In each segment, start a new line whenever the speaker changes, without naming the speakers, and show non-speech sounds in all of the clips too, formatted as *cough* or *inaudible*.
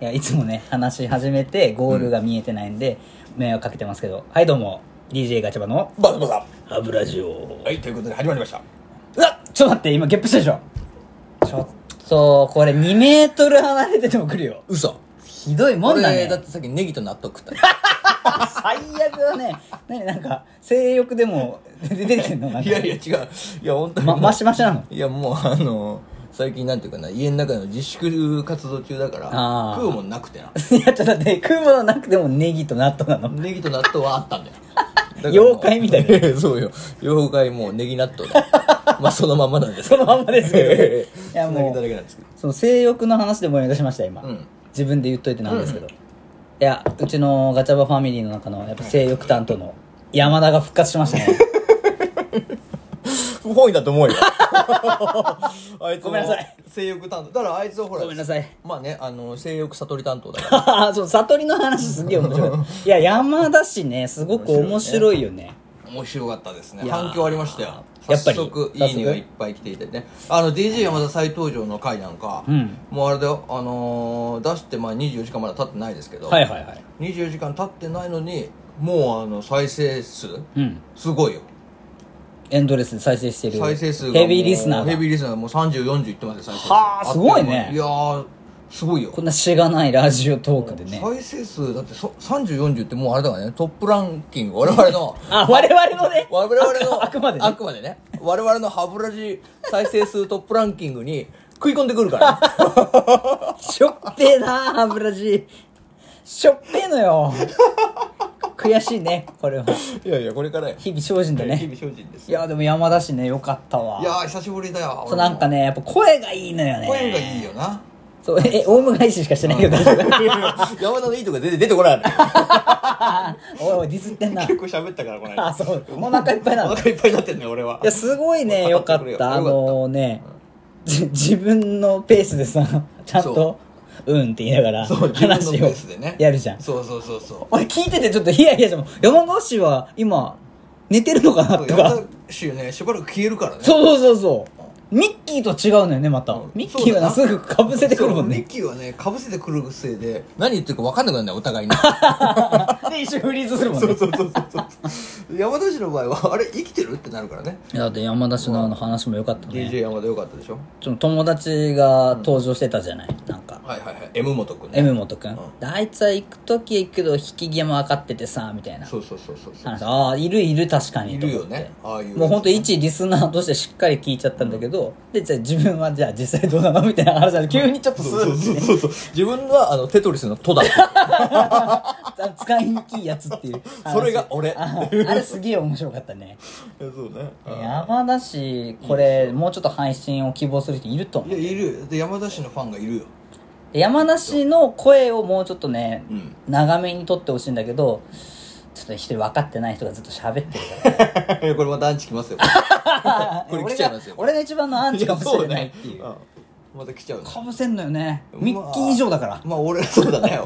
いやいつもね話し始めてゴールが見えてないんで、迷惑かけてますけどはいどうも DJ ガチャバの
バサバサ
ハブラジオ
はいということで始まりました
うわちょっと待って今ゲップしたでしょちょっとこれ2メートル離れてても来るよ
嘘
ひどいもんだね
俺だってさっきネギと納豆食ったの
最悪だね何なんか性欲でも出てきてん *laughs* のなん
い
か
やいや違ういや本当に、
まマシマシなの *laughs*
いやもうあの最近なんていうかな家の中の自粛活動中だから
あー
食うもんなくてない
やちょっと待って食うものなくてもネギと納豆なの
ネギと納豆はあった
*laughs*
んだよだからもう
妖怪みたい
*laughs* そうよ妖怪もうネギ納豆だよ
*laughs*
まあそのまんまなんです
そのまんまですけどね
ええ *laughs*
いや
つなげ
も
ただ
う
けなんですけど
その性欲の話で思い出しました今、
うん
自分で言っといてなんですけど、いやうちのガチャバファミリーの中のやっぱ性欲担当の山田が復活し
*laughs*
ましたね
不本意だと
*laughs*
思うよあいつ
ご
も
めんなさい
性欲担当だからあいつはほら
ごめんなさい *laughs*
まあねあの性欲悟り担当だから
ああそう悟りの話すげえ面白いいや山田氏ねすごく面白いよね
面白かったですね
いやー
反響ありましたよ
やっぱり
早速
早
い
速
いねがいっぱい来ていてねあの DJ 山田再登場の回なんか、
うん
もうあれだよ、あのー出してまあ24時間まだ経ってないですけど、
はいはいはい
24時間経ってないのにもうあの再生数
うん
すごいよ
エンドレスで再生してる
再生数がもう
ヘビーリスナー
ヘ
が
ビーリスナーがもう3040いってますよ再生数
はあすごいね
あっという間にいやーすごいよ
こんなしがないラジオトークでね
再生数だってそ3040ってもうあれだからねトップランキング我
*laughs*
々の
あ我々のね
我々の
あくあくまでね
あく *laughs* までね我々の歯ブラシ再生数トップランキングに食い込んでくるから、ね、
しょっぺーな歯ブラシしょっぺーのよ悔しいねこれはい
*laughs* やいやこれからよ
日々精進だね
々精進です
い
いや
やでも山田氏ねよかった
い
わ
や久しぶりだよ
そうなんか
ね
ねやっぱ声がいいのよね
声がいいよな
そうえオウム返ししかしてないけど大丈夫
*laughs* 山田のいいとこ出て出てこない
おいおいディスってんな
結構喋ったからこの
あ
間
そうお腹いっぱいなの
お腹いっぱいになってんね俺はい
や、すごいね、よ
分
か
か
っ
ってくれよ
た。あ
よかった
のね、じ自分のペースでさ、ちゃんと
そ、
うんって言いながら、
そう自分の
話
ペ
を
ースでね
やるじゃん。
そうそうそうそう
俺聞いててちょっとヒヤヒヤしても、山川氏は今、寝てるのかなと
山
か。
田氏ねしばらく消えるからね
そうそうそうそう。ミッキーと違うのよね、また
ん。
ミッキーはな
そ
す
うだ
ぐかぶせてくるもん
そうミ
ね
ッ。キーはねかぶせてくるせいで何言ってるか分かんなくなるんだよお互いに
で、一緒にフリーズするもん
*laughs* そう
ね。
そうそうそうそう山田氏の場合はあ *laughs* れ生きてるってなるからね
だって山田氏のあの話もよかったね。
DJ 山田よかったでしょ
その友達が登場してたじゃない、なんか。
はいはいはい M 本君ね
M 元くん、
ん
であいつは行く時は行くけど引き際も分かっててさみたいな
そうそうそうそうそう
話ああいるいる確かに
いるよねああいう
もう本当一リスナーとしてしっかり聞いちゃったんだけど、でじゃあ自分はじゃあ実際どうなのみたいな話
*laughs*
で急にちょっとス
そ
ー
うそう
ッ
そうそうそう自分はあのテトリスの「ト」だ
使いにくいやつっていう話
*laughs* それが俺
あーあれすげえ面白かったね
*laughs* そうね
山田氏これもうちょっと配信を希望する人いると
い
思
や
う
いるよで山田氏のファンがい *laughs* るよ
山田氏の声をもうちょっとね、
うん
長めに撮ってほしいんだけどちょっと一人分かってない人がずっと喋ってるから
これまたアンチ来 *laughs* ますよこれ来ちゃいますよ
俺が俺が一番のアンチかもしれないっ
や
て
そ
いう
ねうんまた来ちゃうね
かぶせんのよねミッキー以上だから、
まあ俺そうだね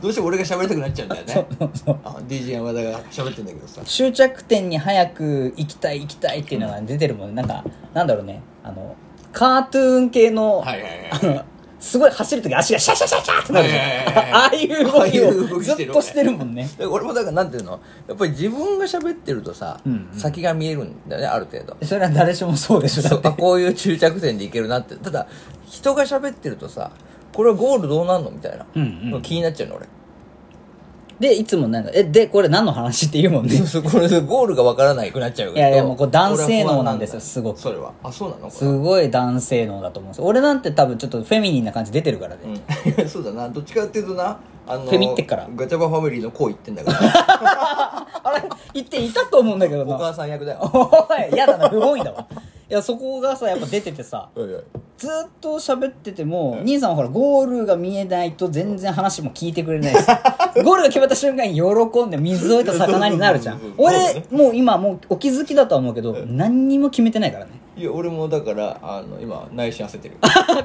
どうしても俺が喋りたくなっちゃうん *laughs* だよねあ DJ 山田が喋ってんだけどさ
終着点に早く行きたい行きたいっていうのが出てるもんねなんかなんだろうねあのカートゥーン系の、
はいはいは
あ
い
の *laughs* すごい走るとき足がシャシャシャシャってなるじゃん
はいはいはいはい
*laughs* ああいう動き
ああいう動
を
き
ず
し
って
る
としてるもんね
で俺もだからなんていうのやっぱり自分が喋ってるとさ、
うんうん
先が見えるんだよねあ
*laughs*
る程度
それは誰しもそうでしょだ
そう
って
あこういう終着点でいけるなってただ人が喋ってるとさこれはゴールどうなんのみたいな、
うんうん
気になっちゃうの俺 *laughs*
でいつもなんか「えでこれ何の話?」って言うもんね
そうそうこれゴールがわからないくなっちゃうから
いやいやもうこれ男性能なんですよ
俺は不安だ
すごく
それはあそうなのこ
すごい男性能だと思うんですよ俺なんて多分ちょっとフェミニンな感じ出てるからね、
れうん *laughs* いやそうだなどっちかっていうとなあの
フェミってっから
ガチャバファミリーのこう言って
*laughs*
んだから
あれ言っていたと思うんだけど
お
な。
母さん役だよ
おい、やだな、不本意だわ。いや、そこがさ、やっぱ出ててさ、
おいおい
ずっと喋ってても、兄さんはほら、ゴールが見えないと全然話も聞いてくれ
*laughs*
ないし、ゴールが決まった瞬間に喜んで水を得た魚になるじゃん
そう。そうそうそう
俺、もう今、もうお気づきだとは思うけど、何にも決めてない
*laughs*
からね。
いや俺もだからあの今内心焦ってる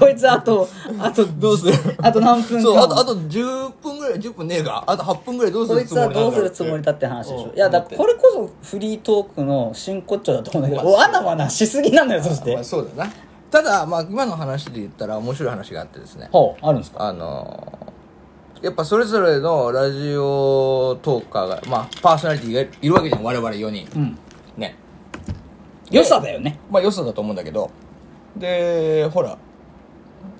こいつあと、あと、
どうする
あと何分か。
そうあとあと10分ぐらい10分ねえかあと8分ぐらいどうす
こ
る
い
つ
つ
もり
は
なんだろ
どう
う
するつもりだって話でしょいやだから
こ
これこそフリートークの真骨頂だと思うんだけど
まあ
わなわなしすぎなんだよそして
まあ、そうだなただまあ今の話で言ったら面白い話があってですね
ほうあるんですか
あのやっぱそれぞれのラジオトーカーが、まあ、パーソナリティがいるわけじゃん、我々4人。
うん
ね。
良さだよね
まあ、良さだと思うんだけど。で、ほら、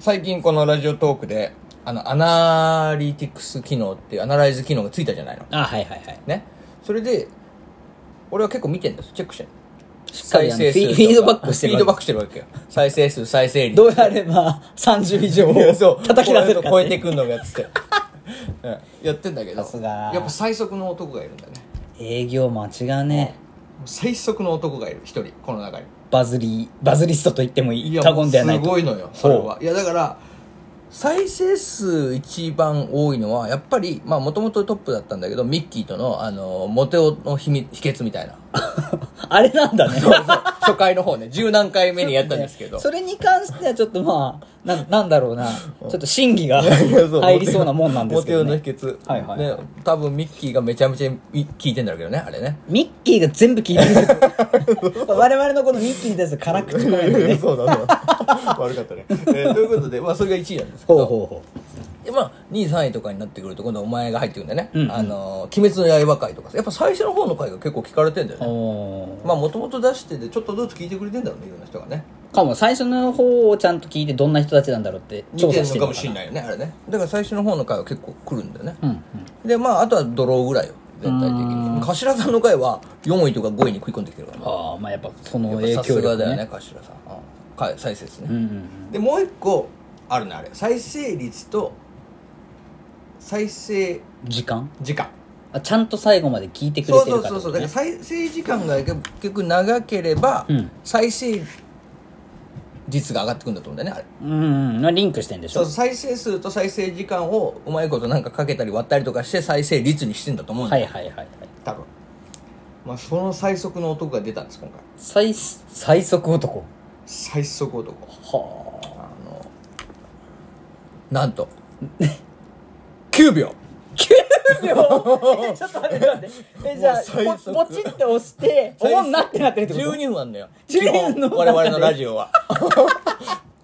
最近このラジオトークで、あの、アナリティクス機能っていう、アナライズ機能がついたじゃないの。
あはいはいはい
ね。それで、俺は結構見てんですチェックしてんの
っかり
再
あの
生数とか
フィフィードバックしてるわけ
フィードバックしてるわけよ。再生数、再生
*laughs*
率。
どうやれば30以上を
いや *laughs* そう
*laughs* 叩き出せるか
超
っ
えて
て
くんのがっ
*laughs*
つってうんやってんだけど
さすが
やっぱ最速の男がいるんだね
営業マン違うね
最速の男がいる一人この中に
バズりバズリストと言ってもい
い
い
や
過言ではない
す
と
ごいのよそれはいやだから再生数一番多いのはやっぱりまあもともとトップだったんだけどミッキーとのあのモテ男の秘密秘訣みたいな
*laughs* あれなんだね *laughs*
初回の方ね十何回目にやったんですけど
それに関してはちょっとまあななんだろうなちょっと審議が
いやそう
入りそうなもんなんですけど、
モ
ね、
テ男の秘訣
はいはい
ね多分ミッキーがめちゃめちゃ聞いてんだろうけどねあれね
ミッキーが全部聞いて
*laughs*
る我々のこのミッキーに対する辛口コメントね
そうだね *laughs* 悪かったね、えーということで、まあ、それが1位なんですけ
ほう
ど
ほうほう
で、まあ、2位3位とかになってくると今度お前が入ってくるんだよね「
うんうん
あのー鬼滅の刃」回とかさやっぱ最初の方の回が結構聞かれてんだよね
おー
まあもともと出しててちょっとずつ聞いてくれてんだろうねいろんな人がね
かも最初の方をちゃんと聞いてどんな人たちなんだろうって
見
調
て
査
る
し
の
て
か
る
も
の
し
か
れ
な
ないよねあれねだから最初の方の回は結構来るんだよね、
うんうん
でまああとはドローぐらいよ全体的
う
に頭さんの回は4位とか5位に食い込んできてるからね
ああまあやっぱその影
やっぱさ
響
すが
力
だよ
ね
ね頭さん、うん回再生ですね、
うんうん
でもう一個あるなあれ再生率と再生
時間
時間
あちゃんと最後まで聞いてく
そ
れ
う
て
そ
る
う
か
そう
ら
そうだから再生時間が結局長ければ、
うん
再生率が上がってくるんだと思うんだよねあれ
うんうんリンクしてんでし
そう
ょ
そう再生数と再生時間をうまいことなんかかけたり割ったりとかして再生率にしてんだと思うんだ
は
よ、
いはいはいはい
多分まあその最速の男が出たんです今回
最最速男
最速男
はあ
あのなんと9秒
9秒ちょっと待ってちょっと待 *laughs* ってえじゃ
もう最
あ
速
ポポチって押しておもんなってなってるってこと
12分あんのよ
12分の中で
基本我々のラジオ
*laughs*
は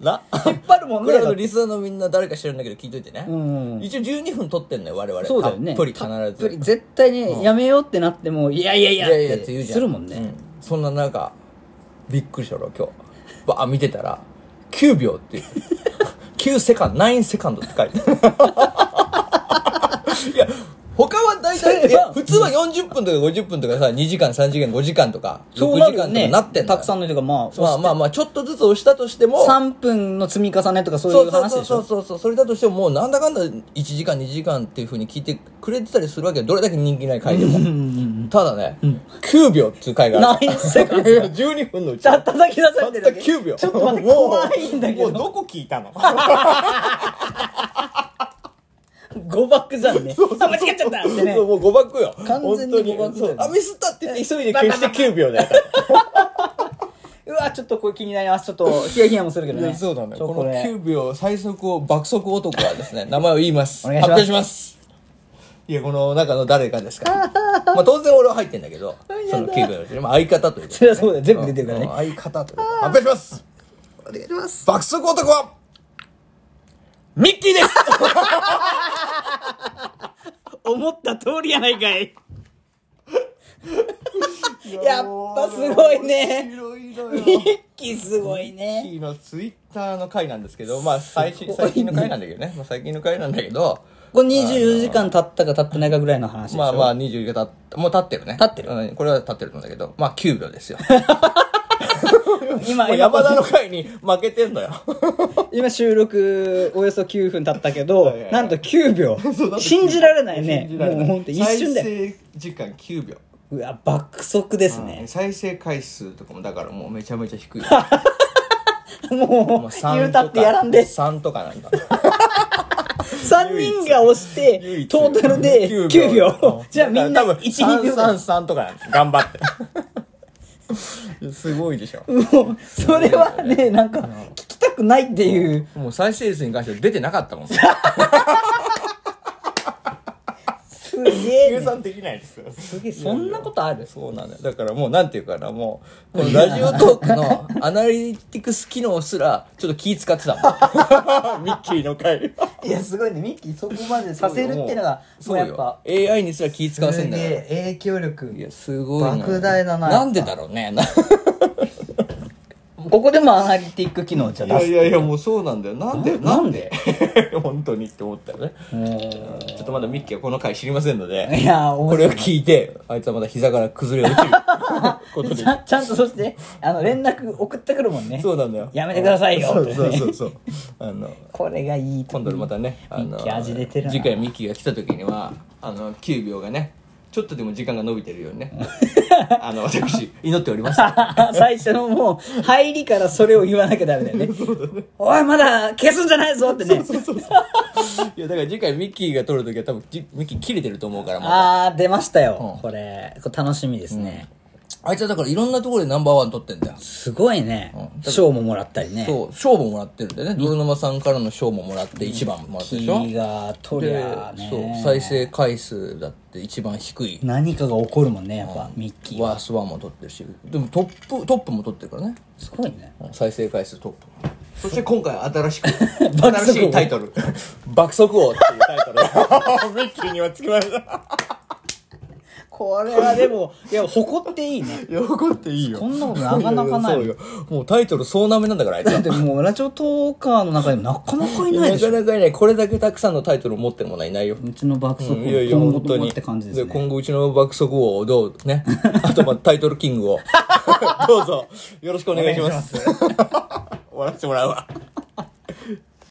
な
引っ張るもん
こ
ね
れあのリスナーのみんな誰か知らんだけど聞いといてね、
うん
一応12分撮ってんのよ我々
そうだよね
たっぷり必
たっぷり
ず
絶対にやめようってなってもいやいやい
い
や
やいや
っ
って言う
て
じゃん
するもんね
うんそんな中びっくりしたろ今日バー見てたら9秒っていう *laughs* 9セカンド9セカンドって書いてあるいや他は大体、いや普通は40分とか50分とかさ、2時間、3時間、5時間とか、6
そう
時
な
間
る
とか
よね
なってんだ
た
よ
くさんの人がまあ、
まあまあまあ、ちょっとずつ押したとしても、
3分の積み重ねとかそう
そ
いうう
そう
話
そ
で
う
し
そ
ょ
うそうそうそれだとしてももうなんだかんだ1時間2時間っていうふうに聞いてくれてたりするわけよどれだけ人気ない回でもただね、9秒っていう回がある
何セカンド
いや12分のうち
た叩き出されてる
た
だ
った
け
9秒
ちょっと待って怖いんだけ
も
ど
うどこ聞いたの
誤爆じゃんねあ間違っちゃったってね
そう *laughs* もう誤爆よ
完全に誤爆だよね
本当にそうあミスったって言って急いで消して9秒だよ
うわちょっとこれ気になりますちょっとヒヤヒヤもするけど
いや
ね
*laughs* *laughs* そうだね
ちょ
こ
こ
の
れ
9秒最速を爆速男はですね名前を言います
お願いします
発表しますいやこの中の誰かです
*laughs*
からまあ当然俺は入ってんだけどその9秒のうちにまあ相方ということ
そり
で
ゃそうだよ全部出てるから
う
ね
ん相方ということで発表します
お願いします
爆速男はミッキーです
思った通りやないか
*laughs*
いやっぱすご *laughs* いね
白いのよ
ミッキーすごい
ミッ
ね
キーのツイッターの回なんですけど、まあ最新、最近の回なんだけどね。まあ最近の回なんだけど、
これ24時間経ったか経ってないかぐらいの話でしょ
まあまあ24が経った、もう経ってるね。
経ってる
うん、これは経ってると思うんだけど、まあ9秒
*laughs*
ですよ。
今
も
今
う山田の回に負けてんのよ。
今収録およそ9分経ったけど
いはい
なんと9秒
*laughs*
信じられないねもうほんと一瞬だよ
再生時間9秒。
うわ爆速ですね
再生回数とかもだからもうめちゃめち
*laughs*
ゃ低い。
もう言うたってやらんで
3とかなんだ。
*laughs* 3人が押してトータルで9秒じゃあみんな12秒だ
333とかなんだ頑張って。 *laughs* すごいでしょ。
もうそれはねなんか聞きたくないっていう
もう再生数に関しては出てなかったもん。
すげえ
計
ね
算できないですよ
すげえそんなことある
そうなんだよだからもうなんていうかなも *laughs* うこのラジオトークのアナリティクス機能すらちょっと気使ってたもん *laughs* ミッキーの回
いやすごいねミッキーそこまでさせるっていうのがも
そうう
やっぱ
よ AI にすら気使わせ
す
んだ
げ
から
え影響力
いやすごいな
莫大だな
なんでだろうねな
ここでもアナリティック機能じゃ
い
出
やい
す
やいやもうそうなんだよなん *laughs* で
な
なんん
で
で本当にって思ったよねちょっとまだミッキーはこの回知りません
*laughs*
ので
いや面
これ
白
を聞いてあいつはまだ膝から崩れ落ちること
*laughs* い
で
ちゃんちゃんとそしてあの連絡送ってくるもんね
そうなんだよ
やめてくださいよ
そうそうそうそうあの
これがいいと
今度またねあ
ミ
の
ッキー味出てるな
次回ミッキーが来た時にはあの9秒がねちょっとでも時間が伸びてるように
*laughs*
ねあの私祈っております
*laughs* 最初のもう入りからそれを言わなきゃダメだよ
*laughs*
ねおいまだ消すんじゃないぞってね
いやだから次回ミッキーが撮る時は多分じミッキー切れてると思うからもう
あー出ましたよ
うん
これこれ楽しみですね
あいつはだからいろんなところでナンバーワン取ってんだよ。
すごいね
うん
賞ももらったりね
そう、賞ももらってるんだよね。泥沼さんからの賞ももらって1番もらったでしょ。
キーが取り
で
ゃあね
そう、再生回数だって一番低い。
何かが起こるもんねやっぱミッキーは
ワースワンも取ってるし、でもトップ、トップも取ってるからね。
すごいね
うん再生回数トップ。そして今回新 *laughs* しく、
爆速王
新しいタイトル。 *laughs* 爆速王っていうタイトル。 *laughs* ミッキーにはつきました。
これはでも *laughs* いや誇っていいね
喜んでいいよ。
こんなことなかなかない
ややそうよ。もうタイトル総なめなんだから、あいつは
だってもうラジオトーカーの中でもなかなかいないで
*laughs* な
しょ
かなかいない。これだけたくさんのタイトルを持ってるものはいないよ。
うちの爆速
うんいやいや
今後
本当
とも
に
って感じですね
今後うちの爆速王をどう
*laughs*
ねあとまあタイ *laughs* *laughs* トルキングをどうぞよろしくお願いします終わらせてもらうわ